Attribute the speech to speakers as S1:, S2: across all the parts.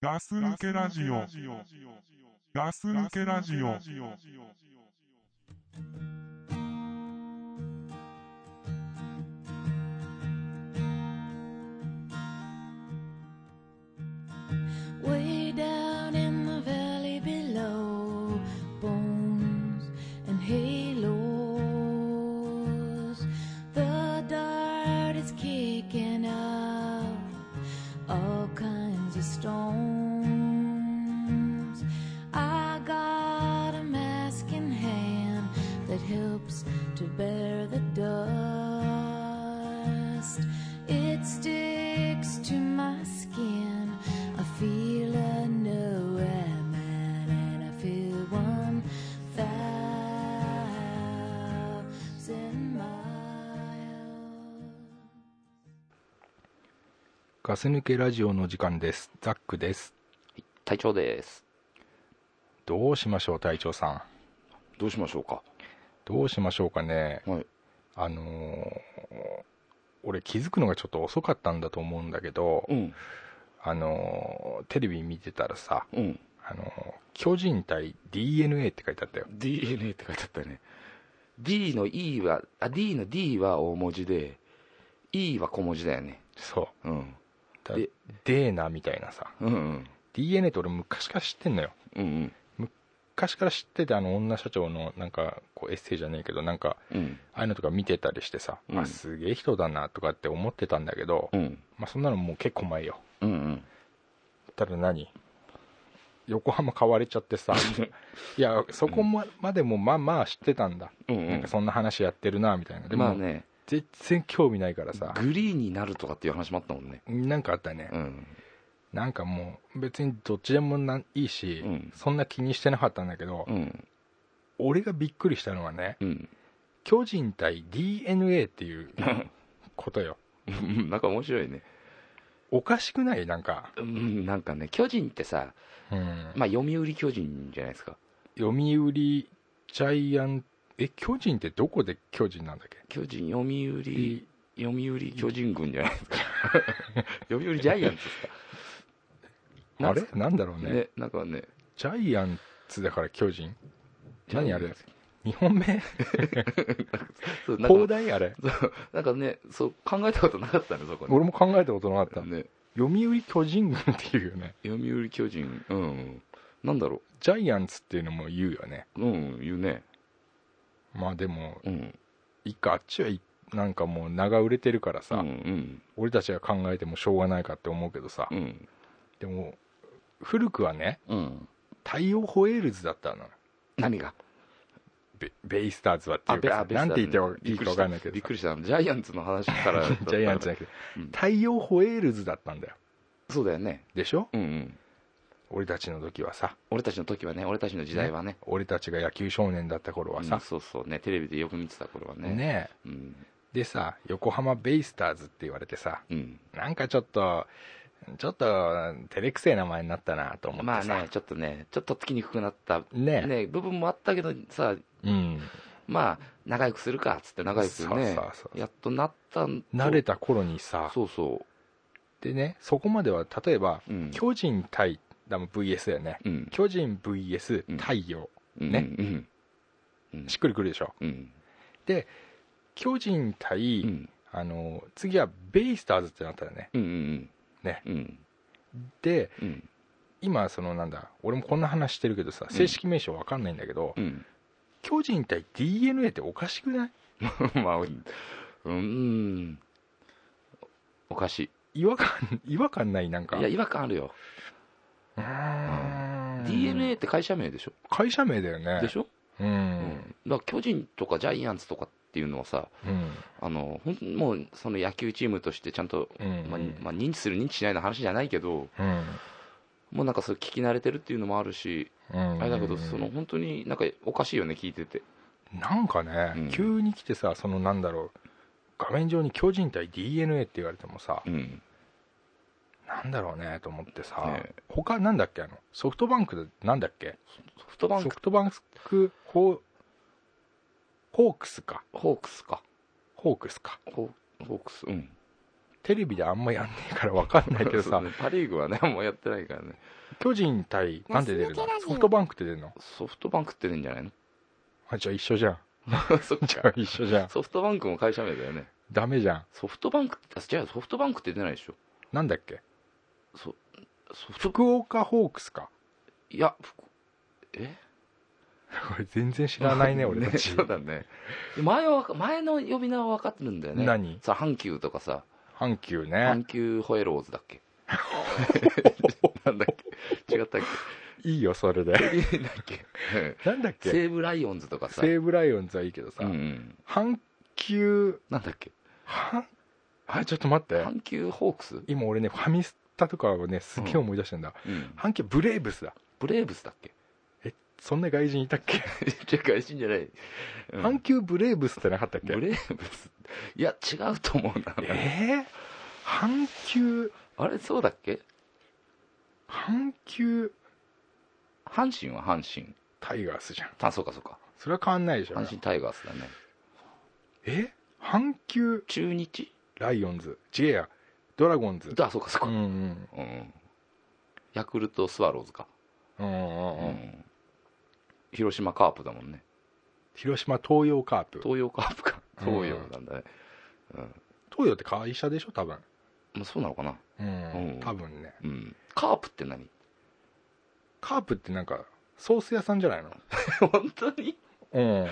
S1: ガス抜けラジオ。ガス抜けラジオ。
S2: Way down in the valley below, bones and halos. The dart is kicking out all kinds of stones. I got a mask in hand that helps to bear the dust. It sticks to my skin. I feel I know I'm at, and I feel one thousand miles.
S3: ガス抜けラジオの時間です。ザックです。
S4: 隊長です
S3: どうしましょう、隊長さん。
S4: どうしましょうか
S3: どうしましょうかね。
S4: はい
S3: あのー俺気づくのがちょっと遅かったんだと思うんだけど、
S4: うん
S3: あのーテレビ見てたらさ、
S4: うん
S3: あのー巨人対 DNA って書いてあったよ。
S4: DNA って書いてあったね D の E はあ D の D は大文字で E は小文字だよね
S3: そう。
S4: うん
S3: だ
S4: で
S3: デーナみたいなさ。
S4: うんうん
S3: DNA って俺昔から知ってんのよ。
S4: うん
S3: 昔から知っててあの女社長のなんかこうエッセイじゃねえけどなんか
S4: うんうん
S3: ああいうのとか見てたりしてさ、
S4: うん
S3: あすげえ人だなとかって思ってたんだけど、
S4: うん
S3: まあそんなのもう結構前よ
S4: うんうん
S3: ただ何横浜買われちゃって さいやそこままでもまあまあ知ってたんだ、
S4: うんうん
S3: なんかそんな話やってるなみたいなでも、
S4: まあね
S3: 全然興味ないからさ
S4: グリーンになるとかっていう話もあったもんね
S3: なんかあったね、
S4: うん
S3: なんかもう別にどっちでもなんいいし、
S4: うん
S3: そんな気にしてなかったんだけど、
S4: うん
S3: 俺がびっくりしたのはね
S4: うん
S3: 巨人対 DNA って いうことよ
S4: うん なんか面白いね
S3: おかしくないなんか、
S4: うんなんかね巨人ってさ
S3: うん
S4: まあ読売巨人じゃないですか
S3: 読売ジャイアンえ巨人ってどこで巨人なんだっけ
S4: 巨人読売読売巨人軍じゃないですか 読売ジャイアンツですか
S3: あれなんだろうね
S4: ねなんかね
S3: ジャイアンツだから巨人何あ
S4: ジャイア
S3: れ
S4: ンツ
S3: 日本名
S4: そうなん
S3: 広
S4: か
S3: 大あれ
S4: そうなんかねそう考えたことなかったねそこ ね
S3: 俺も考えたことなかった
S4: ね
S3: 読売巨人軍っていうよね
S4: 読売巨人うんうんなんだろ
S3: ジャイアンツっていうのも言うよね
S4: ううん言うね
S3: まあでも
S4: うん
S3: 一回あっちはいなんかもう名が売れてるからさ、
S4: うんうん
S3: 俺たちが考えてもしょうがないかって思うけどさ、
S4: うん
S3: でも古くはね
S4: うん
S3: 太陽ホエールズだったの
S4: 何が
S3: ベベイスターズはっていうかさ
S4: ベ
S3: なんて言って
S4: ベ
S3: い
S4: イ
S3: いか
S4: スターズね
S3: 分かんないけど
S4: びっ
S3: さ
S4: くりしたびっくりしたジャイアンツの話から
S3: ジャイアンツじゃなくて
S4: うん
S3: 太陽ホエールズだったんだよ
S4: そうだよね
S3: でしょ
S4: うんうん
S3: 俺たちの時はさ
S4: 俺たちの時はね俺たちの時代はね
S3: 俺たちが野球少年だった頃は
S4: うん
S3: さ、
S4: そうそうねテレビでよく見てた頃はね
S3: ねえ
S4: うん
S3: でさ横浜ベイスターズって言われてさ
S4: うん
S3: なんかちょっとちょっと照れくせえ名前になったなと思っ
S4: まあ
S3: てさ、
S4: ねちょっとねちょっとつきにくくなった
S3: ねえ
S4: ね部分もあったけどさ
S3: うん
S4: まあ仲良くするかっつって仲良くね
S3: そうそうそう
S4: やっとなったん
S3: 慣れた頃にさ
S4: そうそ
S3: でねそこまでは例えば、
S4: ううん
S3: 巨人対だもん VS だよね
S4: うん
S3: 巨人 VS
S4: うん
S3: 太陽、
S4: うんうんうん
S3: しっくりくるでしょ
S4: うん
S3: 巨人対、
S4: うん
S3: あの次はベイスターズってなったよね
S4: うんうん
S3: ね
S4: うん
S3: で
S4: うん
S3: 今そのなんだ俺もこんな話してるけどさ正式名称わかんないんだけど、
S4: うん
S3: 巨人対 DNA っておかしくない
S4: うんまあうんうんおかし
S3: 違和感 違和感ないなん
S4: い
S3: か
S4: いや違和感あるよ
S3: うーん
S4: DNA って会社名でしょ
S3: 会社名だよね
S4: でしょ
S3: う
S4: うんんだから巨人とかジャイアンツとかっていうのはさ
S3: うん
S4: あのほんもうその野球チームとしてちゃんと
S3: うん
S4: まあまあ、認知する認知しないの話じゃないけど
S3: うん
S4: もうなんかそれ聞き慣れてるっていうのもあるし、
S3: うん
S4: あれだけどその本当になんかおかしいよね聞いてて
S3: なんかね、
S4: うん
S3: 急に来てさそのなんだろう画面上に巨人対 DNA って言われてもさ、
S4: うん
S3: なんだろうねと思ってさ、
S4: ねえ
S3: 他なんだっけあのソフトバンクでなんだっけ
S4: ソフトバン
S3: ソ
S4: ク
S3: フトバンクホーホークスか
S4: ホークスか
S3: ホークスか
S4: ホーホークスうん
S3: テレビであんまやんねえから分かんないけど
S4: そう
S3: さ、
S4: ね パ・リーグはねもうやってないからね
S3: 巨人対なんで出る
S5: ガス抜
S3: の
S5: けラジオ
S3: ソフトバンクって出るの
S4: ソフトバンクってるん じゃないの
S3: あじゃあ一緒じゃん
S4: そっ
S3: じゃあ
S4: か
S3: 一緒じゃん
S4: ソフトバンクも会社名だよね
S3: ダメじゃん
S4: ソフトバンクあ違うソフトバンクって出ないでしょ
S3: なんだっけ
S4: そソフト
S3: 福岡ホークスか
S4: いやふくえ
S3: これ全然知らない ね俺たち
S4: そうだね前は前の呼び名は分かってるんだよね
S3: 何
S4: さ阪急とかさ
S3: 阪急ね
S4: 阪急ホエローズだっ けなんだっけ違ったっ
S3: いいよそれ で
S4: けなんだっけうん
S3: なんだっけ
S4: 西武ライオンズとかさ
S3: 西武ライオンズはいいけどさ
S4: うんうん
S3: 阪急
S4: なんだっけ
S3: 阪あちょっと待って
S4: 阪急ホークス、
S3: 今俺ねファミスタとかをねすげえ思い出してんだ、
S4: うん
S3: 阪急ブレーブスだ
S4: ブレーブスだっけ
S3: えそんな外人いたっけ、
S4: じゃ外人じゃない、うん
S3: 阪急ブレーブスってなかったっけ
S4: ブレーブスいや違うと思うな
S3: えー、阪急
S4: あれそうだっけ
S3: 阪急
S4: 阪神は阪神
S3: タイガースじゃん
S4: あそうかそうか
S3: それは変わんないでしょ
S4: 阪神タイガースだね
S3: え阪急
S4: 中日
S3: ライオンズジェアドラゴンズ
S4: だそうかそ
S3: う
S4: うか、
S3: んうん
S4: うんヤクルトスワローズか、
S3: うんうんうん
S4: うん広島カープだもんね
S3: 広島東洋カープ
S4: 東洋カープか
S3: うん
S4: 東洋なんだね、
S3: 東洋って会社でしょ多分
S4: まあ、そうなのかな
S3: うん、
S4: うん
S3: 多分ね
S4: うんカープって何
S3: カープってなんかソース屋さんじゃないの
S4: 本当に
S3: うん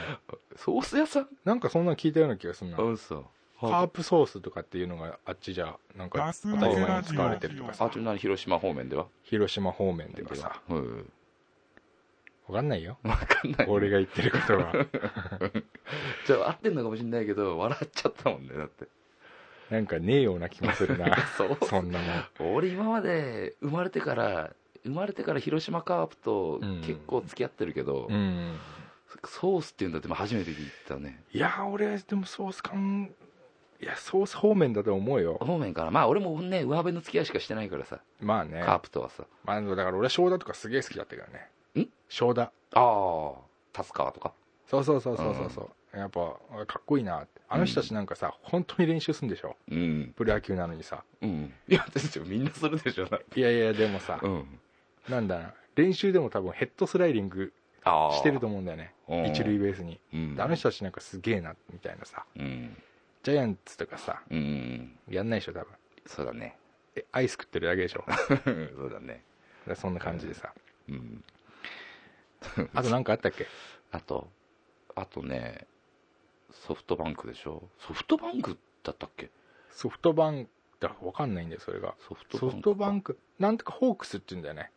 S4: ソース屋さん
S3: なんかそんなの聞いたような気がするな
S4: うんそう
S3: カープソースとかっていうのがあっちじゃなんか
S1: ガ
S3: 当
S1: ス抜
S3: た
S1: け
S3: り前に使われてるとか
S4: あ
S3: さ
S4: ちなみに広島方面では
S3: 広島方面ではさ
S4: うん
S3: 分かんないよ
S4: わかんない
S3: 俺が言ってることは
S4: じゃあ合ってんのかもしれないけど笑っちゃったもんねだって
S3: なんかねえような気もする な
S4: そう
S3: そんなもん
S4: 俺今まで生まれてから生まれてから広島カープと
S3: うん
S4: 結構付き合ってるけど、
S3: うん
S4: ソースっていうんだって初めて聞いたね
S3: いや俺でもソース感いやソース方面だと思うよ
S4: 方面からまあ俺もね上辺の付き合いしかしてないからさ
S3: まあね
S4: カープとはさ
S3: まあ、だから俺は正田とかすげえ好きだったけどね
S4: ん
S3: 正田
S4: ああ達川とか
S3: そうそうそうそうそうそう、やっぱかっこいいなってあの人たちなんかさ、本当に練習するんでしょ
S4: うん
S3: プロ野球なのにさ
S4: うんいやですよみんなするでしょだって
S3: いやいやでもさ、
S4: うん
S3: なんだろう練習でも多分ヘッドスライディング
S4: ああ
S3: してると思うんだよね
S4: うん
S3: 一塁ベースに、
S4: うん
S3: であの人たちなんかすげえなみたいなさ
S4: うん
S3: ジャイアンツとかさ
S4: うんうん
S3: やんないでしょ多分
S4: そうだね
S3: えアイス食ってるだけでしょだか
S4: そうだね
S3: らそんな感じでさ
S4: うん
S3: あとなんかあったっけ
S4: あとあとねソフトバンクでしょソフトバンクだったっけ
S3: ソフトバンクだからわかんないんだよそれが
S4: ソフトバンク
S3: ソフトバンクなんとかホークスって言うんだよね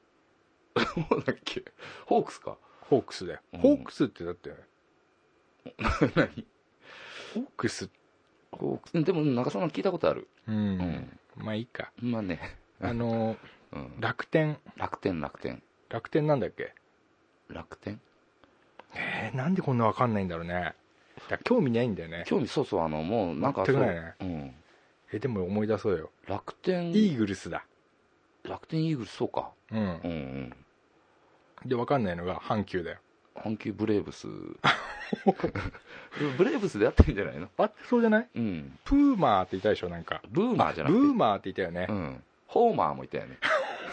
S4: そうだっけホークスか
S3: ホークスだよ、
S4: うん
S3: ホークスってだって
S4: 何
S3: ホークス
S4: ホークスでも中澤さん聞いたことある
S3: うん、
S4: うん
S3: まあいいか
S4: まあね、
S3: あの
S4: うん、
S3: 楽天
S4: 楽天楽天
S3: 楽天なんだっけ
S4: 楽天
S3: えー、なんでこんなわかんないんだろうねだから興味ないんだよね
S4: 興味そうそうあのもうなんか
S3: 全
S4: そう
S3: くないね
S4: うん、
S3: えでも思い出そうよ
S4: 楽天
S3: イーグルスだ
S4: 楽天イーグルスそうか
S3: うん
S4: うんうん
S3: でわかんないのが阪急だよ
S4: 阪急ブレー ブスでもブレーブスでやってんじゃないの
S3: あそうじゃない
S4: うん
S3: プーマーっていたでしょなんか
S4: ブーマーじゃな
S3: ブ
S4: くて
S3: ーマーっていたよね
S4: う、ん、ホーマーもいたよね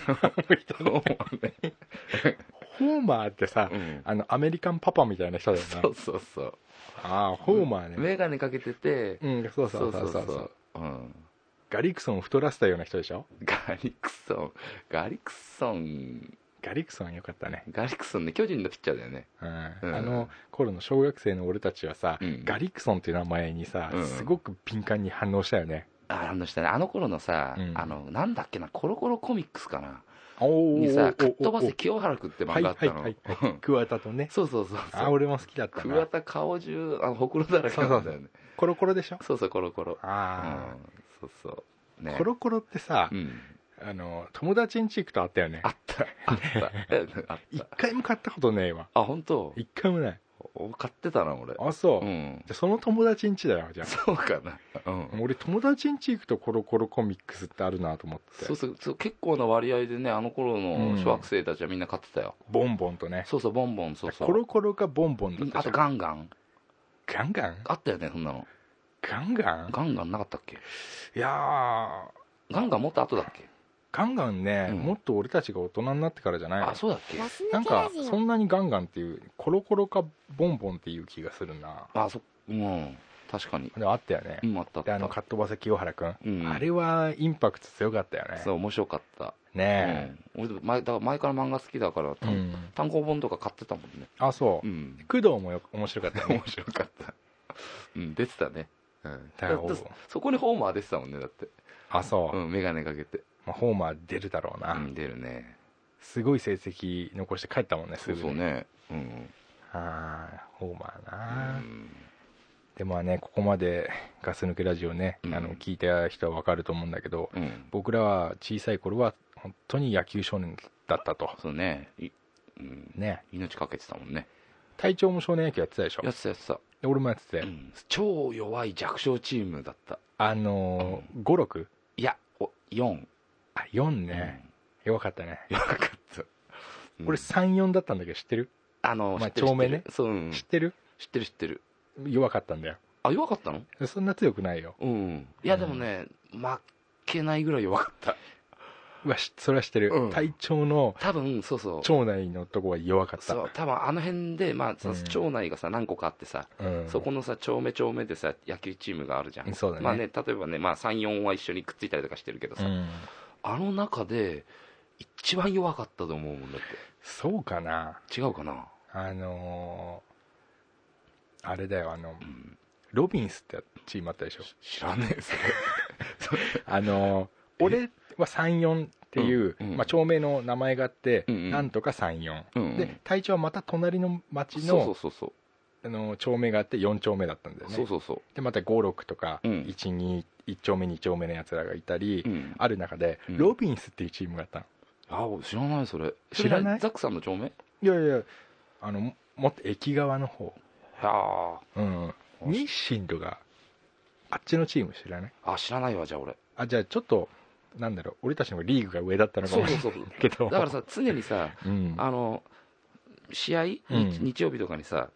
S4: ホーマーね、
S3: ホーマーってさ、
S4: うん、
S3: あのアメリカンパパみたいな人だよな
S4: そうそうそう
S3: ああホーマーね
S4: 眼鏡かけてて
S3: うんそうそうそうそうそう
S4: うん、
S3: ガリクソンを太らせたような人でしょ
S4: ガリクソンガリクソン
S3: ガリクソンよかったね、
S4: ガリクソンね巨人のピッチャーだよね
S3: うん
S4: うん
S3: あの頃の小学生の俺たちはさ、
S4: うん
S3: ガリクソンっていう名前にさ、
S4: うん
S3: すごく敏感に反応したよね
S4: ああの人ねあの頃のさ、
S3: うん
S4: あのなんだっけなコロコロコミックスかな
S3: お
S4: にさ「かっ飛ばせ
S3: せ
S4: 清原くん」って漫画あったの、
S3: はいはい
S4: うん
S3: 桑田とね
S4: そうそうそう
S3: あ
S4: そう
S3: 俺も好きだった
S4: 桑
S3: な
S4: 田顔中あのほくろだらけなんだよね
S3: コロコロでしょ
S4: そうそうコロコロう
S3: あ
S4: んそうそう
S3: あ、
S4: ね
S3: コロコロってさ、
S4: うん
S3: あの友達んち行くとあったよね
S4: あったあった あっ
S3: 一
S4: た
S3: 回も買ったことねえわ
S4: あ本当
S3: 一回もない
S4: お買ってたな俺
S3: あそう、
S4: う
S3: じ
S4: ん
S3: ゃあその友達んちだよじゃ
S4: そうかなうん
S3: あ俺友達んち行くとコロコロコミックスってあるなと思って
S4: そうそうそう結構な割合でねあの頃
S3: う
S4: の
S3: ん
S4: 小学生たちはみんな買ってたよ、
S3: ボンボンとね
S4: そうそうボンボンそうそう
S3: コロコロかボンボンだった
S4: あ
S3: じゃ
S4: と
S3: ん
S4: ガンガン
S3: ガンガン
S4: あったよねそんなの
S3: ガンガン
S4: ガンガンなかったっけ
S3: いやー
S4: ガンガンもっと後だっけ
S3: ガンガンね、
S4: うん
S3: もっと俺たちが大人になってからじゃないの
S4: あそうだっけ
S5: ガス
S3: な
S5: 抜
S3: ん
S5: けラ
S3: か
S5: ジ
S3: そ
S5: オ
S3: んなにガンガンっていうコロコロかボンボンっていう気がするな
S4: あそうん確かに
S3: でもあったよね、
S4: うんあったあっ
S3: で
S4: た
S3: あのかっ飛ばせ清原君、
S4: うん
S3: あれはインパクト強かったよね
S4: そう面白かった、
S3: ね
S4: うん、俺前だから前から漫画好きだから
S3: え、
S4: 単,、
S3: うん
S4: 単行本とか買ってたもんね
S3: あそう、
S4: うん
S3: 工藤もよ面白かったよね
S4: 面白かったうん出てたねうん
S3: だから
S4: だってそこにホーマー出てたもんねだって
S3: あそう、
S4: うん眼鏡かけて
S3: まあ、ホーマー出るだろうな、
S4: うん出るね
S3: すごい成績残して帰ったもんねす
S4: そう
S3: ぐ
S4: そうねうん
S3: ああホーマー
S4: う
S3: な、
S4: ん
S3: でまあねここまでガス抜けラジオね、
S4: うん
S3: あの聞いた人はわかると思うんだけど
S4: うん
S3: 僕らは小さい頃は本当に野球少年だったと
S4: そうねいうん
S3: ね
S4: 命かけてたもんね
S3: 隊長も少年野球やってたでしょ
S4: やってたやってた、
S3: で俺もやってて、
S4: うん超弱い弱小チームだった
S3: あのー、56
S4: いやお4
S3: あ4ね、弱かったね
S4: 弱かった、うん
S3: 俺34だったんだけど知ってる、
S4: あの、
S3: まあ
S4: 知ってる
S3: 長命ね
S4: 知ってるそう、うん
S3: 知ってる
S4: 知ってる知ってる
S3: 弱かったんだよ
S4: あ弱かったの
S3: そんな強くないよ
S4: うんいやでもね、負けないぐらい弱かった
S3: うわしそれは知ってる、
S4: うん
S3: 隊長の
S4: 多分そうそう
S3: 町内のとこは弱かった
S4: そう多分あの辺で、まあ、その
S3: うん
S4: 町内がさ何個かあってさ、
S3: うん、
S4: そこのさ町目町目でさ野球チームがあるじゃん
S3: そうだね
S4: まあね例えばね、まあ、34は一緒にくっついたりとかしてるけど
S3: う
S4: さ、
S3: ん、
S4: あの中で一番弱かったと思うもんだっ
S3: そうかな
S4: て違うかな
S3: あのー、あれだよあの
S4: うん
S3: ロビンスってチームあったでしょ
S4: 知らねえ それ
S3: あのー俺は34っていう、
S4: うんうん
S3: まあ、町名の名前があって、
S4: うんうん
S3: なんとか34、
S4: うんうん
S3: で隊長はまた隣の町の
S4: そうそうそうそう
S3: あの町名があって4丁目だったんだよね
S4: そうそうそ
S3: でまた56とか
S4: うん
S3: 121丁目2丁目のやつらがいたり、
S4: う、うん、
S3: ある中で、
S4: うん
S3: ロビンスっていうチームがあったの
S4: あ知らないそれ
S3: 知らない
S4: それザックさんの町名
S3: いやいやあのももっと駅側の方
S4: は
S3: うん日清とかあっちのチーム知らない
S4: ああ知らないわじゃあ俺
S3: あじゃあちょっとなんだろう俺たちの方がリーグが上だったのか
S4: そ
S3: も
S4: う
S3: しれ
S4: そう
S3: ない
S4: そう
S3: けど
S4: だからさ常にさ
S3: うん
S4: あの試合、日
S3: うん
S4: 日曜日とかにさ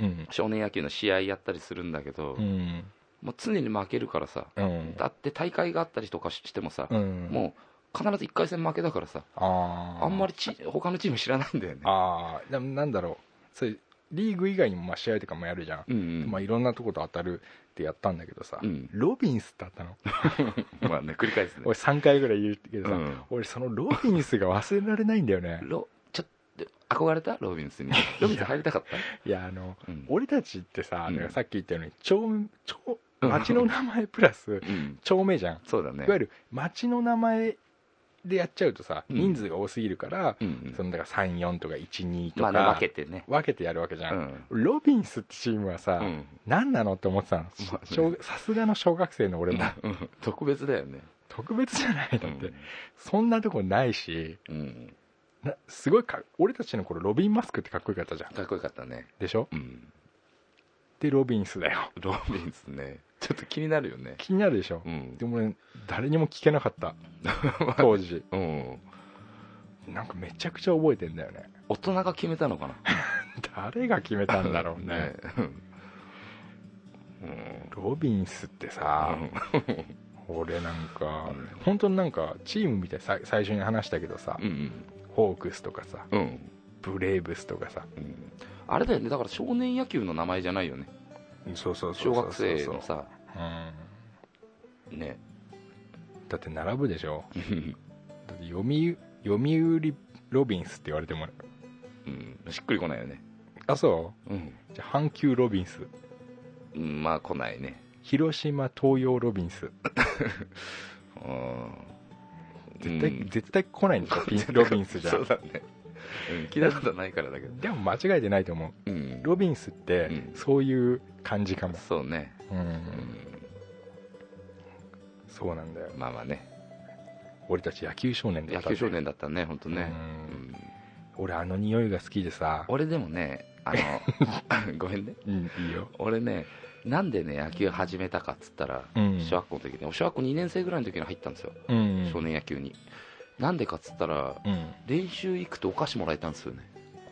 S3: うん
S4: 少年野球の試合やったりするんだけど、
S3: うん
S4: もう常に負けるからさ
S3: うん
S4: だって大会があったりとかしてもさ、
S3: うん
S4: もう必ず1回戦負けだからさ
S3: あー
S4: あんまりち他のチーム知らないんだよね
S3: ああなんだろうそういうリーグ以外にもまあ試合とかもやるじゃん
S4: うんうん
S3: まあ、いろんなとこと当たるってやったんだけどさ、
S4: うん
S3: ロビンスってあったの
S4: まあね繰り返すね
S3: 俺3回ぐらい言うけどさ、
S4: うん
S3: 俺そのロビンスが忘れられないんだよね
S4: ロちょっと憧れたロビンスにロビンス入りたかっ
S3: いやあの
S4: た、うん
S3: 俺たちってさ、
S4: うん
S3: だからさっき言ったように町町町の名前プラス
S4: うん
S3: 町名じゃん
S4: そうだね
S3: いわゆる町の名前でやっちゃうとさ、
S4: うん
S3: 人数が多すぎるから、
S4: うんうん
S3: そのだから34とか12と
S4: ま
S3: か、
S4: あね分けてね
S3: 分けてやるわけじゃ、
S4: うんん
S3: ロビンスってチームはさ、
S4: うん
S3: 何なのって思ってたの
S4: まあね
S3: 小さすがの小学生の俺も
S4: うん特別だよね
S3: 特別じゃないだって、
S4: うん
S3: そんなとこないし
S4: うん
S3: なすごいか俺たちの頃ロビンマスクってかっこよかったじゃん
S4: かっこよかったね
S3: でしょ
S4: うん
S3: でロビンスだよ
S4: ロビンスねちょっと気になるよね
S3: 気になるでしょ、
S4: うん
S3: でもね誰にも聞けなか った当時
S4: うん
S3: なんかめちゃくちゃ覚えてんだよね
S4: 大人が決めたのかな
S3: 誰が決めたんだろうね
S4: うんうん
S3: ロビンスってさ、俺なんか本当になんかチームみたいさ最初に話したけどさ、
S4: うん
S3: ホークスとかさ
S4: うんうん
S3: ブレーブスとかさ
S4: うんあれだよねだから少年野球の名前じゃないよね
S3: そうそう
S4: 小学
S3: そう
S4: 生
S3: そう
S4: のさ
S3: うん
S4: ね
S3: だって並ぶでしょだって読み読売ロビンスって言われても
S4: うんしっくりこないよね
S3: あそ
S4: うん
S3: うじゃあ阪急ロビンス
S4: うんまあ来ないね
S3: 広島東洋ロビンス
S4: うん
S3: 絶対、
S4: うん
S3: 絶対来ない んでしょピンロビンスじゃ
S4: そうだ
S3: ん
S4: ねうん聞いたことないからだけど
S3: でも間違えてないと思う
S4: うん
S3: ロビンスって
S4: うん
S3: そういう感じかも、
S4: そうね
S3: うん
S4: うん
S3: そうなんだよ
S4: まあまあね
S3: 俺たち野球少年だ
S4: 野
S3: った
S4: 球少年だったね本当
S3: ね
S4: ね
S3: う
S4: うんん
S3: 俺あの匂いが好きでさ
S4: 俺でもねあのごめんね
S3: うんいいよ
S4: 俺ねなんでね野球始めたかっつったら、
S3: うん
S4: 小学校の時ね小学校2年生ぐらいの時に入ったんですよ、
S3: うん
S4: 少年野球になんでかっつったら
S3: うん
S4: 練習行くとお菓子もらえたんですよね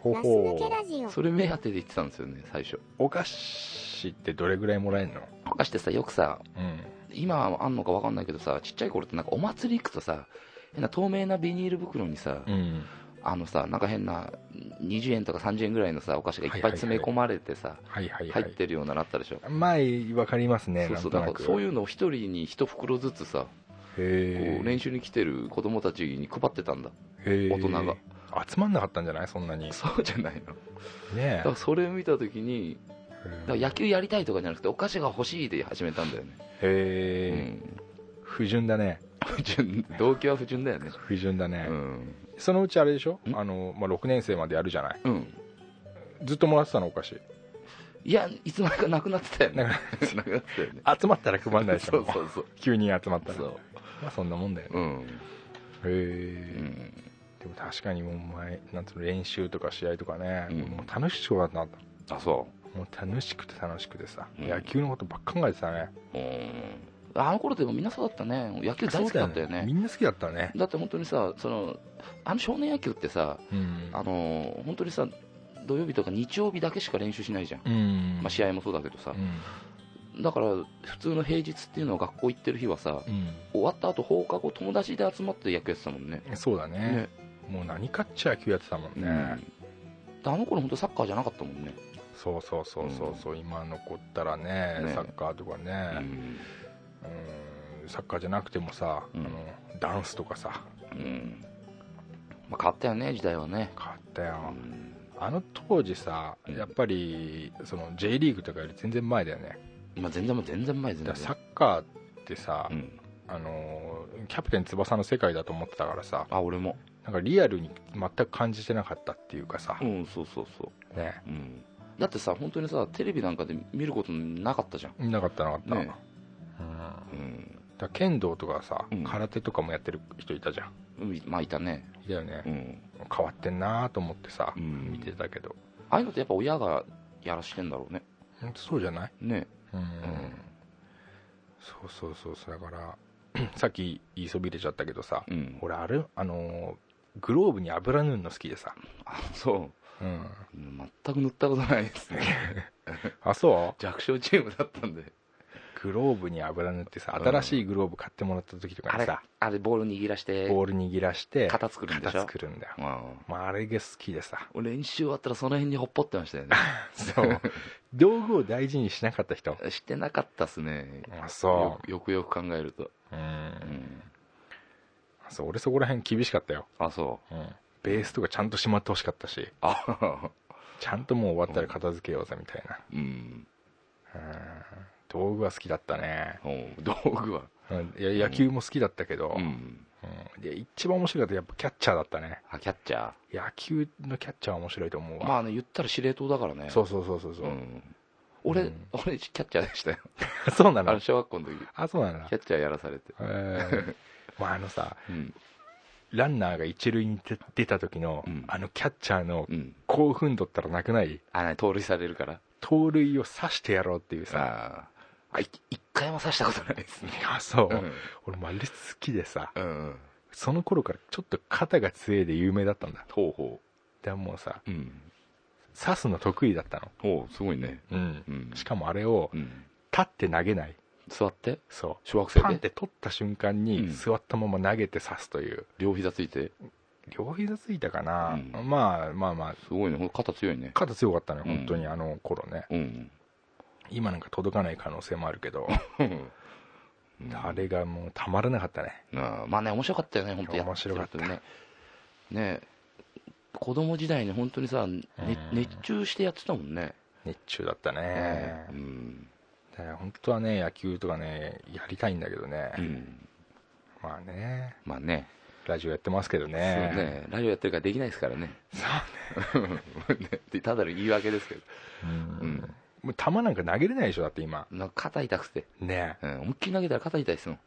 S3: ほ
S5: ガス抜け
S3: ほ
S5: ラジオ
S4: それ目当てで行ってたんですよね最初
S3: お菓子ってどれぐらいもらえるの
S4: とかしてさよくさ
S3: うん
S4: 今はあんのか分かんないけどさちっちゃい頃ってなんかお祭り行くとさ変な透明なビニール袋にさ、
S3: うん
S4: あのさなんか変な20円とか30円ぐらいのさお菓子がいっぱい詰め込まれてさ、
S3: はいはいはい
S4: 入ってるようなのあったでしょ、
S3: 前わかりますね
S4: そうそう
S3: な
S4: なん
S3: とな
S4: んか
S3: く
S4: そういうのを一人に一袋ずつさ、
S3: へ
S4: こう練習に来てる子供たちに配ってたんだ
S3: え
S4: 大人が
S3: 集まんなかったんじゃないそんなにね
S4: そうじゃないのだ
S3: え
S4: からそれを見た時にだから
S3: へ
S4: 野球やりたいとかじゃなくてお菓子が欲しいで始めたんだよね、う
S3: え
S4: ん、
S3: 不純だね
S4: 不純動機は不純だよね
S3: 不純だね
S4: うん、
S3: そのうちあれでしょ
S4: ん
S3: あの、まあ、6年生までやるじゃない
S4: うん、
S3: ずっともらってたのお菓子
S4: いやいつまでかなくなってたよね
S3: な
S4: な くなってたよね
S3: 集まったら配んないでしょ
S4: そ
S3: も
S4: う
S3: う
S4: そうそう
S3: 急に集まったら
S4: そう
S3: まあそんなもんだよね
S4: うん、
S3: へ
S4: う
S3: え
S4: ん、
S3: でも確かにもう前なんつうの練習とか試合とかね、
S4: うん
S3: もう楽しくなった
S4: あそ
S3: もう楽しくて楽しくてさ、
S4: うん
S3: 野球のことばっか考えてたね
S4: ううんあの頃でもみんなそうだったね野球大好きだったよ
S3: そう
S4: ね
S3: みんな好きだったね
S4: だって本当にさそのあの少年野球ってさ
S3: うん
S4: あのー本当にさ土曜日とか日曜日だけしか練習しないじゃん、
S3: うん
S4: まあ、試合もそうだけどさ
S3: う、ん
S4: だから普通の平日っていうのは学校行ってる日はさ
S3: う
S4: 終わった後放課後友達で集まって野球やってたもんね
S3: ん、そうだね
S4: ね
S3: もう何かっちゃ野球やってたもん
S4: うん
S3: ね、
S4: であの頃本当サッカーじゃなかったもんね、
S3: そうそうそうそうそう、今残ったらね
S4: ね
S3: サッカーとか
S4: う
S3: ね、
S4: ん
S3: うん、サッカーじゃなくてもさ、
S4: うん
S3: あのダンスとかさ
S4: うんまあ、変わったよね時代はね、
S3: 変わった
S4: う
S3: よ、
S4: ん
S3: あの当時さ
S4: うん
S3: やっぱりその J リーグとかより全然前だよね
S4: まあ、全然もう全然前全
S3: だか
S4: 然
S3: らサッカーってさ、
S4: うん、
S3: あのーキャプテン翼の世界だと思ってたからさ
S4: あ俺も
S3: なんかリアルに全く感じてなかったっていうかさ、
S4: うんそうそうそ
S3: ね
S4: う、うん、だってさ本当にさテレビなんかで見ることなかったじゃん、
S3: なかったなかった、
S4: ね
S3: うん、だか
S4: うん、
S3: ら剣道とかさ、
S4: うん
S3: 空手とかもやってる人いたじゃん
S4: うんまあいたね、
S3: いたよね、
S4: うん、
S3: 変わってんなと思ってさ、
S4: うん
S3: 見てたけど
S4: ああいうのってやっぱ親がやらしてんだろうね
S3: 本当そうじゃない
S4: ね
S3: うん、
S4: うん
S3: そうそうそうそうだから さっき言いそびれちゃったけどさ、
S4: うん
S3: 俺あれあのーグローブに油塗るの好きでさ、
S4: あそう
S3: うん、
S4: 全く塗ったことないですね
S3: あそう
S4: 弱小チームだったんで
S3: グローブに油塗ってさ
S4: うん
S3: 新しいグローブ買ってもらった時とか
S4: あ
S3: に
S4: れ
S3: さ、
S4: あれボール握らして
S3: ボール握らして
S4: 型作るんでしょ
S3: 型作るんだよ、
S4: うん
S3: まあ、あれが好きで さ
S4: 練習終わったらその辺にほっぽってましたよ ね
S3: そう道具を大事にしなかった人
S4: してなかったっすね
S3: あ
S4: よ
S3: そ
S4: くよくよく考えると、
S3: う,、う、
S4: うんん、
S3: そう俺そこら辺厳しかったよ、
S4: あそう
S3: うん、ベースとかちゃんとしまってほしかったし
S4: あ
S3: ちゃんともう終わったら片付けようぜみたいな、
S4: うん
S3: うん、道具は好きだったね、
S4: おう道具は
S3: うん、いや野球も好きだったけど、
S4: う
S3: うん
S4: ん
S3: で一番面白かったやっぱキャッチャーだったね
S4: あキャッチャ
S3: 野球のキャッチャーは面白いと思う
S4: ー
S3: わ、
S4: まあね言ったら司令塔だからね
S3: そうそうそうそうそう、
S4: ん、俺、
S3: うん
S4: 俺キャッチャーでしたよ
S3: そうな
S4: あの
S3: の
S4: 小学校の時
S3: あ、そうなんだ
S4: キ。ャッチャーやらされて、
S3: えーまああのさ、
S4: うん
S3: ランナーが一塁に出出た時の、
S4: うん
S3: あのキャッチャーの
S4: うん、
S3: 興奮度ったらなくない
S4: あの盗塁されるから
S3: 盗塁を刺してやろうっていうさ、
S4: ああい一回も刺したことないですね
S3: あ、そう。
S4: うん
S3: 俺もあれ好きでさ、
S4: うん
S3: その頃からちょっと肩が強いで有名だったんだ。
S4: ほうほ
S3: でもうさ、
S4: ううん
S3: 刺すの得意だったの。
S4: ほうすごいね
S3: うん
S4: うん
S3: しかもあれを、
S4: うん
S3: 立って投げない。
S4: 座って
S3: そ
S4: 小学
S3: う。
S4: 生
S3: パンって
S4: で
S3: 取った瞬間
S4: う
S3: に、
S4: ん
S3: 座ったまま投げて刺すという。
S4: 両膝ついて
S3: 両膝ついたかな、
S4: うん
S3: まあまあまあ、
S4: すごいねほんと肩強いね
S3: 肩強かったのよ、
S4: うん
S3: 本当にあの頃ね。
S4: うん
S3: 今なんか届かない可能性もあるけど、
S4: うん
S3: あれがもうたまらなかったね
S4: うんまあね面白かったよね本当や
S3: 面白かった
S4: てるとねね子供時代に本当にさ、ね、熱中してやってたもんね、
S3: 日中だったね
S4: ね、うん
S3: だから本当はね野球とかねやりたいんだけどね、
S4: うん
S3: まあね
S4: まあね
S3: ラジオやってますけど
S4: そう
S3: ね
S4: ね、ラジオやってるからできないですからね。 そうね。ただの言い訳ですけど。
S3: うん
S4: うん
S3: もう球なんか投げれないでしょだって今
S4: なんか肩痛くて。
S3: ね
S4: うん、思いっきり投げたら肩痛いですもん。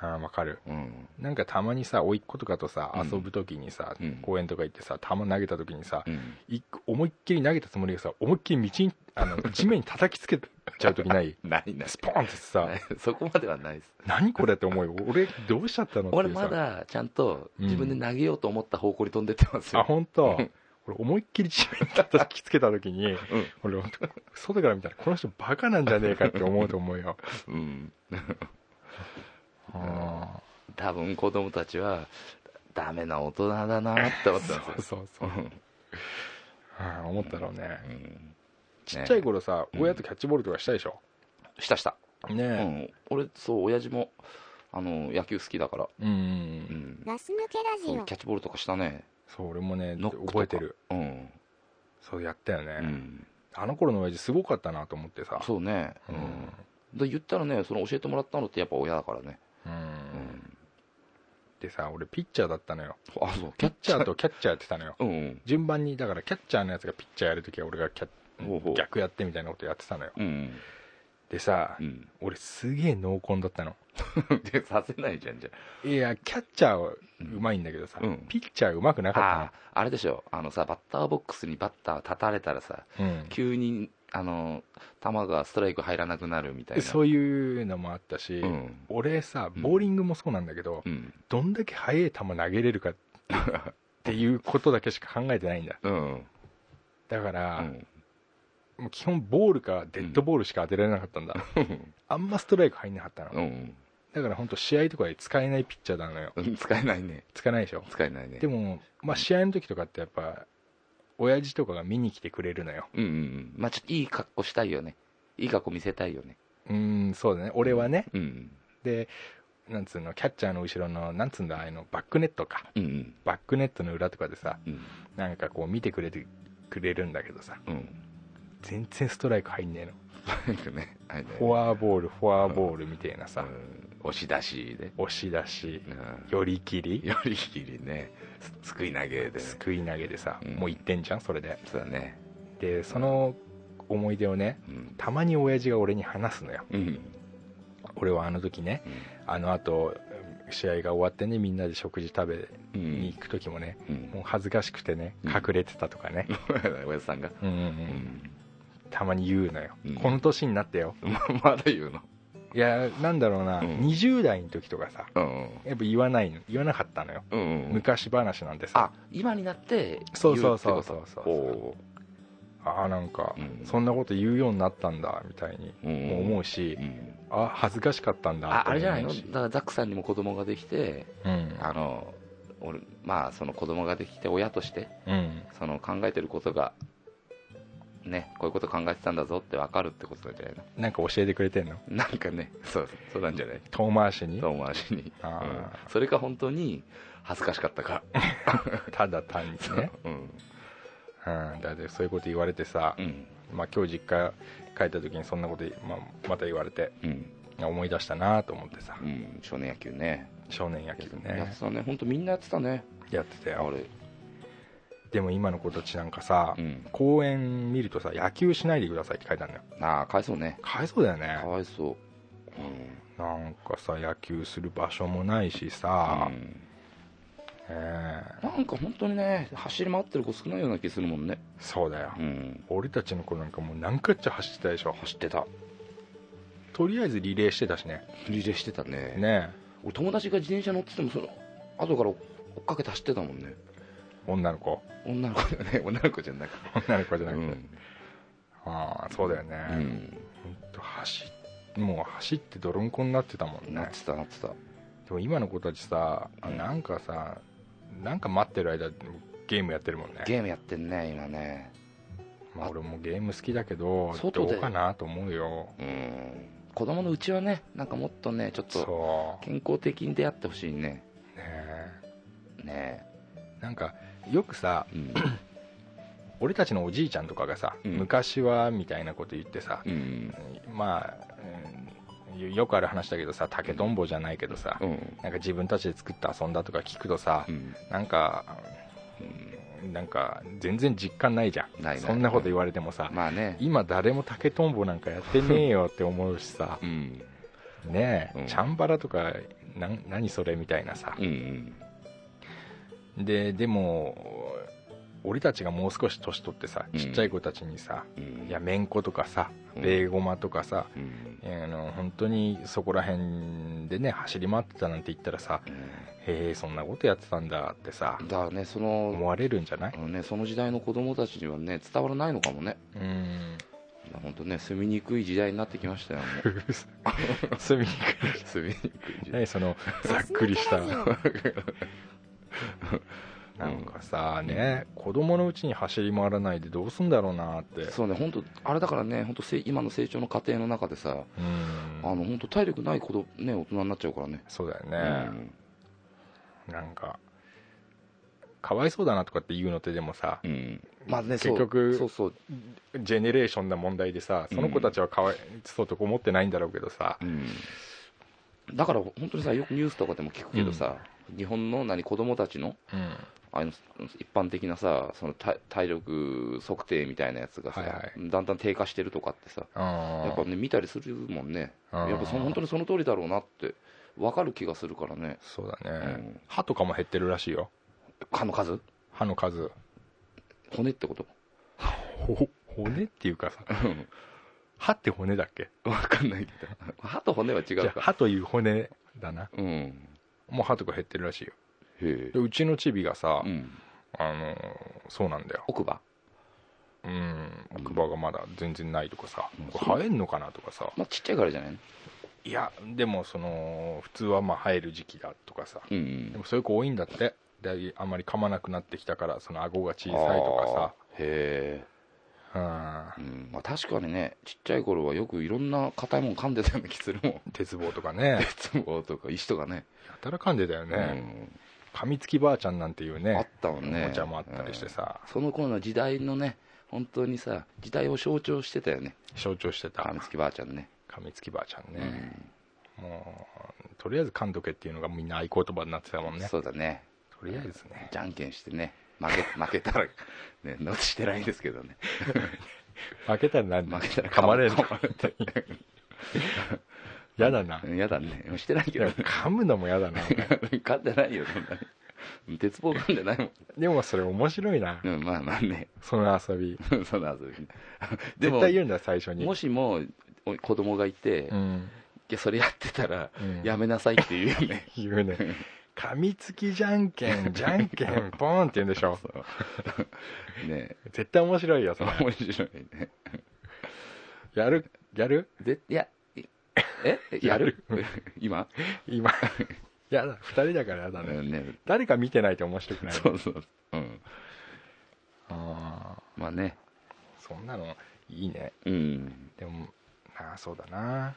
S3: あーわかる
S4: うん。
S3: なんかたまにさ甥っ子とかとさ
S4: うん
S3: 遊ぶ時にさ、
S4: うん
S3: 公園とか行ってさ球投げた時にさ、
S4: うん。
S3: い思いっきり投げたつもりがさ思いっきり道にあの 地面に叩きつけちゃう時ない
S4: ないない
S3: スポーンってさ
S4: ない そこまではないです。
S3: 何これって思うよ俺どうしちゃったのっていう
S4: 俺
S3: さ
S4: まだちゃんと自分で投げようと思った方向に飛んでってます
S3: あ
S4: よ。
S3: 本当俺思いっきり地面に叩きつけた時 に、俺本当外から見たらこの人バカなんじゃねえかって思うと思う よ
S4: うん
S3: あ
S4: 多分子供たちはダメな大人だなって
S3: あ
S4: 思ってたんです
S3: そう
S4: よ
S3: そうそう、ああ思ったろうね、
S4: うん
S3: ちっちゃい頃さ、
S4: うん
S3: 親とキャッチボールとかしたでしょ
S4: したした、う
S3: ね
S4: ん、俺そう親父もあの野球好きだから、
S3: えうん、うん
S4: う
S3: うん、
S4: ん、
S5: ガス抜けラジ
S4: そう
S5: オ
S4: キャッチボールとかしたね
S3: そう俺もね
S4: ノックとか
S3: 覚えてる
S4: うん、
S3: そうやったよね
S4: う、ん、
S3: あの頃の親父すごかったなと思ってさ
S4: そうね、う
S3: うんん、
S4: で言ったらねその教えてもらったのってやっぱ親だからね、
S3: うん、
S4: うん、
S3: でさ俺ピッチャーだったのよ
S4: あそう
S3: キャッチャーとキャッチャーやってたのよ
S4: うんうん
S3: 順番にだからキャッチャーのやつがピッチャーやるときは俺がキャッ
S4: ほうほう
S3: 逆やってみたいなことやってたのよ
S4: うん
S3: でさ、
S4: うん、
S3: 俺すげえ濃厚だったの
S4: でさせないじゃんじゃ
S3: いやキャッチャーはうまいんだけどさ、
S4: うん
S3: ピッチャーうまくな
S4: あ
S3: か
S4: ああれでしょあのさバッターボックスにバッター立たれたらさ
S3: ったの、うん
S4: 急にあの球がストライク入らなくなるみたいな
S3: そういうのもあったし、
S4: うん
S3: 俺さ
S4: うん
S3: ボーリングもそうなんだけど、
S4: うん
S3: どんだけ速い球投げれるかっていうことだけしか考えてないんだ
S4: うん
S3: だか
S4: う
S3: ら、
S4: ん
S3: もう基本ボールかデッドボールしか当てられなかったんだ、 あんまストライク入んなかったの、
S4: うん
S3: だから本当試合とかで使えないピッチャーなのよ
S4: うん 使えないね
S3: 使えないでしょ
S4: 使えないね
S3: でも、まあ、試合の時とかってやっぱ親父とかが見に来てくれるのよ
S4: うんうんうんまあちょっといい格好したいよねいい格好見せたいよね
S3: うーんそうだね俺はね
S4: うん
S3: でなんつうのキャッチャーの後ろのなんつうんだあのバックネットか
S4: うんうん
S3: バックネットの裏とかでさ
S4: うん
S3: なんかこう見てくれてくれるんだけどさ
S4: うん
S3: 全然ストライク入んねえの
S4: なんかねあれだよね
S3: フォアボールフォアボールみたいなさ、
S4: うん押し出しで
S3: 押し出し
S4: うん
S3: 寄り切り
S4: よりきりねすすくい投げでね
S3: すくい投げでさ、
S4: うん
S3: もう1点じゃんそれで
S4: そうだね
S3: でその思い出をね
S4: うん
S3: たまに親父が俺に話すのよ
S4: うん
S3: 俺はあの時ねあのあと試合が終わってねみんなで食事食
S4: う
S3: べに
S4: ん
S3: 行く時もね、
S4: うん
S3: もう恥ずかしくてね
S4: うん
S3: 隠れてたとかね、
S4: 親父さんが
S3: うんうんう、
S4: うんん
S3: たまに言うのよ、
S4: うん
S3: この年になってよ
S4: ま まだ言うの
S3: いやなんだろうな、
S4: うん
S3: 20代の時とかさ
S4: うん
S3: やっぱ言わないの言わなかったのよ、
S4: うんうん
S3: 昔話なんてさ
S4: あ今になって
S3: そうそうそう
S4: 言ってこと
S3: そうそうそう
S4: お
S3: ああなんか、
S4: うん
S3: そんなこと言うようになったんだみたいに
S4: ー
S3: も
S4: うん
S3: う思うし
S4: う、ん
S3: あ恥ずかしかったんだ
S4: あ
S3: って
S4: あれじゃない
S3: 思う
S4: のだ
S3: し
S4: からザックさんにも子供ができて
S3: うん
S4: あの俺まあその子供ができて親として
S3: うん
S4: その考えてることがねこういうこと考えてたんだぞって分かるってことなんじゃないの
S3: なんか教えてくれてんの
S4: なんかねそうそうなんじゃない
S3: 遠回しに
S4: 遠回しに、う
S3: あー
S4: ん、それか本当に恥ずかしかったか、
S3: ただ単にね、
S4: うん
S3: うん、だってそういうこと言われてさ
S4: う、ん
S3: まあ、今日実家帰った時にそんなこと、まあ、また言われて
S4: うん
S3: 思い出したなと思ってさ
S4: うん、少年野球ね
S3: 少年野球
S4: やっ
S3: ね
S4: てたね本当みんなやってたね
S3: やってた
S4: あ
S3: よ
S4: れ
S3: でも今の子たちなんかさ、
S4: うん
S3: 公園見るとさ野球しないでくださいって書いてあるのよ
S4: ああかわいそうね
S3: かわいそうだよ
S4: か
S3: ね
S4: わいそう
S3: なんかさ野球する場所もないし
S4: あ
S3: さ、ね
S4: ん、
S3: え
S4: なんか本当にね走り回ってる子少ないような気するもんね
S3: そうだよ、
S4: うん
S3: 俺たちの頃なんかもう何カッチャ走ってたでしょ
S4: 走ってた
S3: とりあえずリレーしてたしね
S4: リレーしてたね
S3: ね
S4: 俺友達が自転車乗っててもその後から追っかけて走ってたもんね
S3: え女の子
S4: 女の子だよね 女の子じゃなくて
S3: 女の子じゃ
S4: う
S3: なくて、
S4: ん、
S3: ああそうだよね、
S4: う
S3: うん
S4: ん、
S3: と走っもう走って泥んこになってたもん
S4: なっ
S3: ね
S4: てたなってた
S3: でも今の子たちさあ
S4: うん
S3: なんかさなんか待ってる間ゲームやってるもんね、
S4: ゲームやってんね今ね
S3: まあ、俺もゲーム好きだけど
S4: 外
S3: ど
S4: で
S3: うかなと思うよ
S4: うん子供のうちはねなんかもっとねちょっと
S3: そ
S4: 健康的に出会ってほしいね
S3: うねえ
S4: ね
S3: なんかよくさ
S4: えうん
S3: 俺たちのおじいちゃんとかがさ、
S4: うん
S3: 昔はみたいなこと言ってさ、
S4: うん
S3: まあ、うんよくある話だけどさ竹とんぼじゃないけどさ、
S4: うん
S3: なんか自分たちで作って遊んだとか聞くとさ、
S4: うん
S3: なんか、うんなんか全然実感ないじゃん
S4: ないない
S3: そんなこと言われてもさ、
S4: まあね
S3: 今誰も竹とんぼなんかやってねえよって思うしさ
S4: うん
S3: ねえ、
S4: うん
S3: チャンバラとかなん何それみたいなさ
S4: う、ん
S3: ででも俺たちがもう少し年取ってさ
S4: うん
S3: ちっちゃい子たちにさ、
S4: うん
S3: いやめんことかさ
S4: うん
S3: ベーゴマとかさ、
S4: うん
S3: あの本当にそこら辺でね走り回ってたなんて言ったらさ
S4: うん
S3: へえそんなことやってたんだってさ
S4: だからねその
S3: 思われるんじゃない
S4: あのねその時代の子供たちにはね伝わらないのかもね
S3: うん
S4: 本当ね住みにくい時代になってきましたよもう
S3: 住みに
S4: 住みにくい時
S3: くい
S4: 代
S3: ねそのざっくりした
S2: ガス抜けラジオ
S3: なんかさね子供のうちに走り回らないでどうすんだろうなって
S4: そうね本当あれだからね本当今の成長の過程の中でさ、
S3: うん
S4: あの本当体力ない子どね大人になっちゃうからね
S3: そうだよ
S4: う
S3: ね、
S4: ん
S3: なんかかわいそうだなとかって言うのってでもさ
S4: うんまあねそう
S3: 結局
S4: そうそう
S3: ジェネレーションな問題でさその子たちはかわいそうとか思ってないんだろうけどさ
S4: うんだから本当にさよくニュースとかでも聞くけどさ、日本の何子供たちの
S3: うん
S4: あの一般的なさその体体力測定みたいなやつがさ、
S3: はいはい
S4: だんだん低下してるとかってさやっぱね見たりするもんね
S3: うん
S4: やっぱその本当にその通りだろうなって分かる気がするからね
S3: そうだね、
S4: うん
S3: 歯とかも減ってるらしいよ
S4: 蚊の数
S3: 歯の数
S4: 骨ってこと
S3: ほ骨っていうかさ
S4: ん
S3: 歯って骨だっけ
S4: 分かんないけど 歯と骨は違
S3: じ
S4: う
S3: ゃあ
S4: か
S3: 歯という骨だな
S4: うんへ
S3: もう歯とか減ってるらしいよ
S4: え
S3: で、うちのチビがさ、
S4: うん、
S3: あのーそうなんだよ
S4: 奥歯
S3: うん奥歯がまだ全然ないとかさ
S4: うん
S3: これ生えんのかなとかさ
S4: まあちっちゃいからじゃないの
S3: いやでもその普通はまあ生える時期だとかさ
S4: うん
S3: でもそういう子多いんだってであんまり噛まなくなってきたからその顎が小
S4: 小
S3: さいと
S4: へ
S3: かさ
S4: え、うんまあ、確かにねちっちゃい頃はよくいろんな硬いもん噛んでたような気するもん
S3: うん鉄棒とか ね
S4: 鉄棒とか石とかね
S3: やたらかんでたよね、噛みつきばあちゃんなんていう
S4: うんあっ
S3: ね
S4: たもんね
S3: おもちゃもあったりしてさ
S4: うんその頃の時代のね本当にさ時代を象徴してたよね
S3: 象徴してた
S4: あみつきばあちゃんね
S3: 噛みつきばあちゃんね、もうとりあえず噛んどけっていうのがみんな合言葉になってたもん
S4: うん
S3: ね
S4: そうだね
S3: とりあえずね
S4: じゃんけんしてね負け 負けたらねのしてないんですけどね
S3: 負けたら何
S4: 負けたら
S3: 噛まれる
S4: 噛まれて
S3: やだな
S4: うんやだねしてない
S3: い
S4: けど
S3: や
S4: ね
S3: 噛むのもやだ な
S4: 噛んでないよそんなに鉄棒噛んでないもん
S3: でもそれ面白いな、
S4: うんまあまあね
S3: その遊び
S4: その遊びねで
S3: 絶
S4: も
S3: 対言うんだよ最初に
S4: もしもお子供がいて、
S3: う
S4: い
S3: ん
S4: やそれやってたら、
S3: うん
S4: やめなさいって言うよね
S3: 言うね噛みつきじゃんけんじゃんけ んポンって言うんでしょ
S4: ね
S3: 絶対面白いよそれ
S4: 面白いね
S3: やるやる
S4: でいやいえやる今、
S3: 今 やだ2人だからやだ
S4: う
S3: ね
S4: んね
S3: 誰か見てないと面白くない
S4: そうそううん
S3: あー
S4: まあね
S3: そんなのいいね
S4: うん
S3: でもああそうだな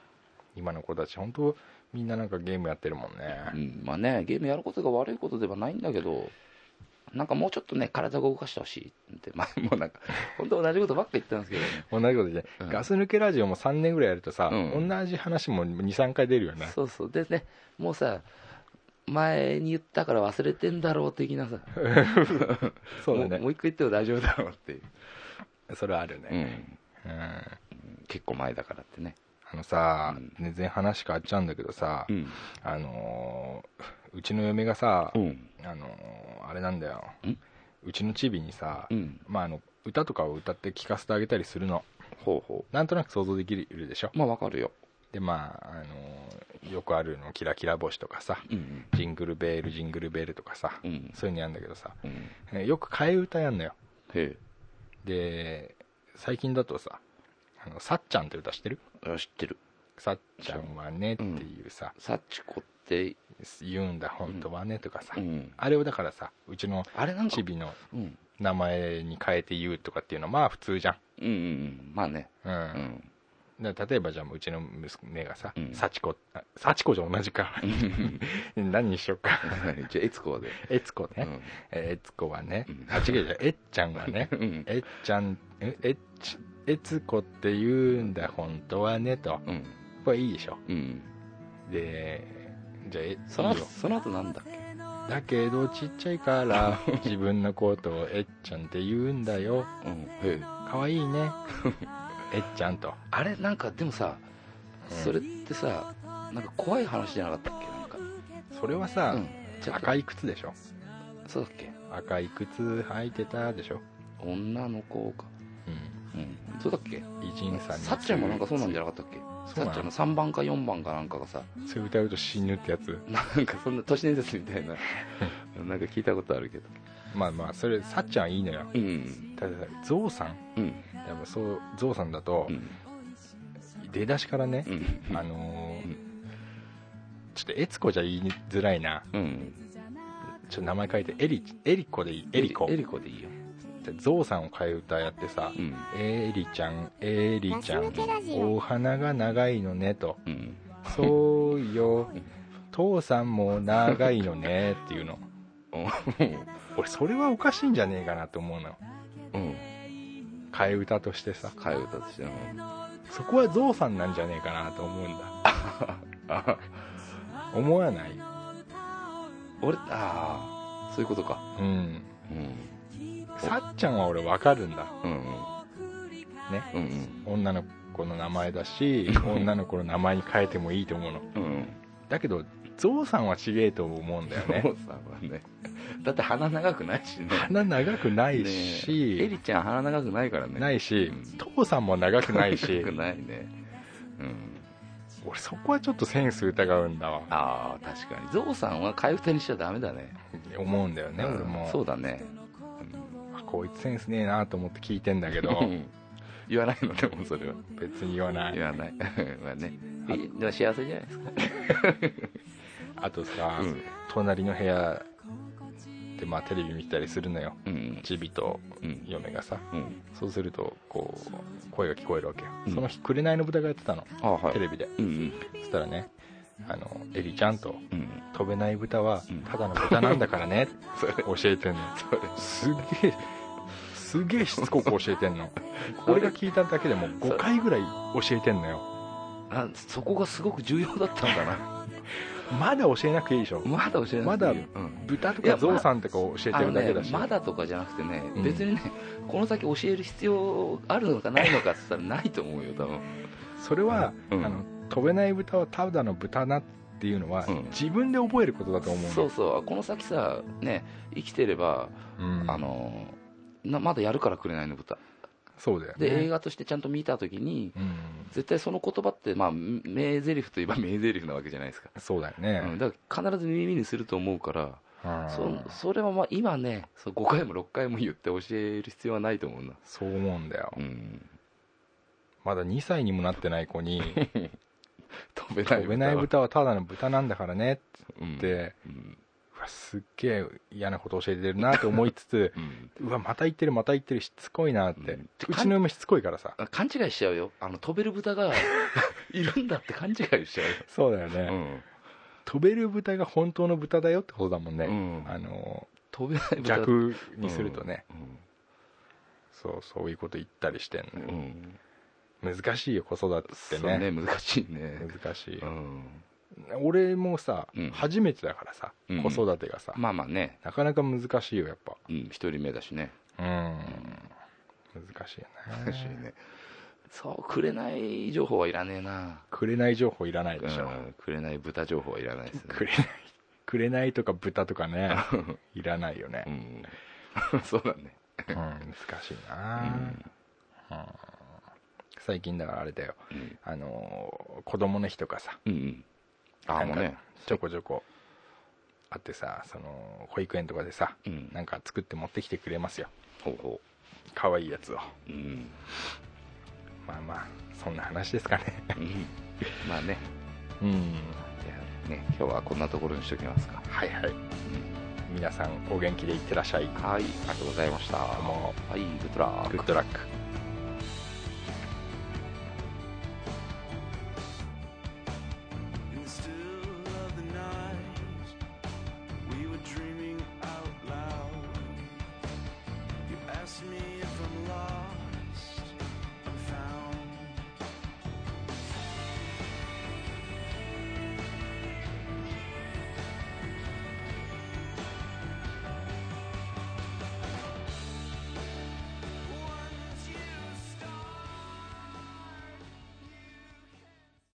S3: 今の子たち本当みんななんかゲームやってるもん
S4: う
S3: ね
S4: んまあねゲームやることが悪いことではないんだけどなんかもうちょっとね体を動かしてほしいって 前もなんか本当同じことばっか言ってたんですけどね
S3: 同じことで、
S4: うん
S3: ガス抜けラジオも3年ぐらいやるとさ、
S4: うん
S3: 同じ話も23回出るよね
S4: そうそうでねもうさ前に言ったから忘れてんだろう的なさ
S3: そうだ
S4: もも
S3: ね
S4: う一回言っても大丈夫だろうっていう、
S3: それはあるね、うん
S4: 結構前だからってね
S3: あのさ、
S4: うん
S3: 全然話変わっちゃうんだけどさ、
S4: ん
S3: あのーうちの嫁がさ、
S4: うん
S3: あのーあれなんだよ
S4: ん
S3: うちのチビにさ、
S4: うん
S3: まあ、あの歌とかを歌って聴かせてあげたりするの
S4: ほうほ
S3: なんとなく想像できるでしょ
S4: うまあわかるよ
S3: でまあ、あのーよくあるのキラキラ星とかさ
S4: うん
S3: ジングルベールジングルベールとかさ、
S4: うん
S3: そういうのやるんだけどさ
S4: うん
S3: えよく替え歌やんのよ
S4: へ
S3: で最近だとさ「あのさっちゃん」って歌してる
S4: えあ知ってる
S3: さっちゃんはねっていうさ、
S4: 幸子って、
S3: 言うんだ本当はねとかさ、
S4: うん、
S3: あれをだからさうちの
S4: あれなんか
S3: チビの
S4: うんうん
S3: 名前に変えて言うとかっていうのはまあ普通じゃん、
S4: うんうんまあね
S3: う
S4: うんん
S3: だから例えばじゃあうちの娘がさ
S4: う
S3: 「
S4: ん
S3: 幸子」あ「幸子」じゃ同じ か何にしようか
S4: じゃあ悦子はで
S3: 「えつこ」
S4: う
S3: ね
S4: ん
S3: 「えつこ」はね
S4: うん
S3: あ違う違う「えっちゃん」は ね
S4: うん
S3: 「えっちゃん」え「えっちえつこ」って言うんだ本当はねと
S4: うん
S3: これいいでしょ
S4: うん
S3: でじゃあえ
S4: その
S3: いい
S4: 後
S3: よ
S4: その後なんだっけ
S3: だけどちっちゃいから 自分のことをえっちゃんって言うんだよ
S4: うんへえ
S3: かわいい ねえっちゃんと
S4: あれなんかでもさ
S3: うん
S4: それってさなんか怖い話じゃなかったっけなんか
S3: それはさ、
S4: うんちょっと
S3: 赤い靴でしょ
S4: そうだっけ
S3: 赤い靴履いてたでしょ、
S4: 女の子か
S3: うん、
S4: うんそうだっけ
S3: 偉人さんに
S4: サッチャーもなんかそうなんじゃなかったっけ
S3: そ
S4: サ
S3: う
S4: ッ
S3: な
S4: チャーの
S3: の
S4: 3番か4番かなんかがさ
S3: それ歌うと死ぬってやつ
S4: なんかそんな都市伝説みた いななんか聞いたことあるけど
S3: まあまあそれさっちゃんいいのよ
S4: うん
S3: ただゾウさん
S4: うん
S3: やっぱそうゾウさんだと、
S4: うん
S3: 出だしからね
S4: う、ん
S3: あのー
S4: うん
S3: ちょっとエツコじゃ言いづらいな
S4: うん
S3: ちょっと名前変えてエリエリコでいいエリコ
S4: エリコでいいよ
S3: でゾウさんを替え歌やってさ、
S4: うん
S3: エリちゃんエリちゃん
S5: ガス抜けラジオ
S3: お花が長いのねと
S4: うん
S3: そう よ父さんも長いのねっていうの
S4: お
S3: 俺それはおかしいんじゃねえかなと思うのよ
S4: うん
S3: 替え歌としてさ
S4: 替え歌としての
S3: そこはゾウさんなんじゃねえかなと思うんだ
S4: あ
S3: 思わない
S4: 俺ああそういうことか
S3: うん
S4: うん
S3: さっちゃんは俺わかるんだ
S4: うん
S3: ね
S4: うんうん
S3: 女の子の名前だし女の子の名前に変えてもいいと思うの
S4: うんうん
S3: だけどゾウさんはちげえと思うんだよね
S4: 父さんはねだって鼻長くないしね
S3: 鼻長くない
S4: ねえ エ
S3: し、
S4: リちゃん鼻長くないからね
S3: ないし
S4: うん
S3: 父さんも長くないし
S4: 長くないねうん
S3: 俺そこはちょっとセンス疑うんだわ
S4: ああ確かにゾウさんは替え歌にしちゃダメだね
S3: 思うんだよね
S4: うん
S3: 俺も
S4: そうだね
S3: あこいつセンスねえなと思って聞いてんだ けど
S4: うん言わないのでもそれは
S3: 別に言わない
S4: 言わないまあねいいでも幸せじゃないですか
S3: あとさ、
S4: うん
S3: 隣の部屋でまあテレビ見てたりするのよ
S4: うん
S3: チビと
S4: うん
S3: 嫁がさ
S4: うん
S3: そうするとこう声が聞こえるわけよ、
S4: うん
S3: その日紅の豚がやってたの
S4: ああはい
S3: テレビで
S4: うんうん
S3: そしたらねあのエリちゃんと
S4: うん
S3: 飛べない豚は
S4: うん
S3: ただの豚なんだからねって
S4: それ
S3: 教えてんのすげえすげえしつこく教えてんの俺が聞いただけでも5回ぐらい教えてんのよ
S4: あそこがすごく重要だった んだな
S3: まだ教えなくていいでしょ
S4: まだ教えなくていいよ
S3: まだ
S4: うん
S3: 豚と
S4: いや
S3: かゾウさんとか教えてるだけだし、
S4: あのねまだとかじゃなくてね、
S3: うん
S4: 別にねこの先教える必要あるのかないのかって言ったらないと思うよ多分
S3: それは、
S4: うん
S3: あの飛べない豚はただの豚なっていうのは、
S4: うん
S3: 自分で覚えることだと思うの
S4: そうそうこの先さね生きてれば、
S3: うん
S4: あのなまだやるからくれないの豚
S3: そうだよね
S4: で、映画としてちゃんと見た時に
S3: うん、
S4: 絶対その言葉ってまあ名台詞といえば 名台詞なわけじゃないですか、
S3: そうだよ
S4: うん
S3: ね、
S4: だから必ず耳にすると思うから、
S3: うん
S4: そそれはまあ今ねそう5回も6回も言って教える必要はないと思うな
S3: そう思うんだよ
S4: うん
S3: まだ2歳にもなってない子に
S4: 飛べない
S3: 飛べない豚はただの豚なんだからね
S4: うん
S3: って、
S4: うん
S3: うわすっげえ嫌なこと教えてるなと思いつつ
S4: うん
S3: うわまた言ってるまた言ってるしつこいなって、
S4: うん
S3: うちの嫁しつこいからさ
S4: あ勘違いしちゃうよあの飛べる豚が いるんだって勘違いしちゃ
S3: そうだよね、
S4: うよ、
S3: 飛べる豚が本当の豚だよってことだもんね、
S4: うん
S3: あの
S4: 飛べない豚
S3: 逆にするとね、
S4: うん
S3: そうそういうこと言ったりしてん
S4: う
S3: の
S4: ん、
S3: よ、難しいよ子育てっ
S4: そう
S3: て
S4: ね
S3: ね
S4: 難しいね
S3: 難しい、
S4: うん
S3: 俺もさ、
S4: うん
S3: 初めてだからさ、
S4: うん
S3: 子育てがさ、
S4: まあまあね
S3: なかなか難しいよやっぱ
S4: うん一人目だしね
S3: うん難しいよね
S4: ねそうくれない情報はいらねえな
S3: くれない情報いらないでしょ、
S4: うんくれない豚情報はいらないですね
S3: くれないくれないとか豚とかね いらないよね、
S4: うん そうだね
S3: うん、難しいな、
S4: うん
S3: 最近だからあれだよ、
S4: うん
S3: あのー子供の日とかさ
S4: うんうんああも
S3: な
S4: う
S3: ん
S4: ね
S3: かちょこちょこあってさその保育園とかでさ、
S4: うん
S3: なんか作って持ってきてくれますよ
S4: ほうほ
S3: 可愛いやつを
S4: ううん
S3: まあまあそんな話ですかね
S4: うんまあね
S3: うん
S4: じゃあね今日はこんなところにしときますか
S3: はいはい皆さんお元気でいってらっしゃい
S4: はいありがとうございました
S3: どうも
S4: はいグッドラッ
S3: グ
S4: ク
S3: ッドラック
S6: In the still of the night, we were dreaming out loud. You asked me if I'm lost.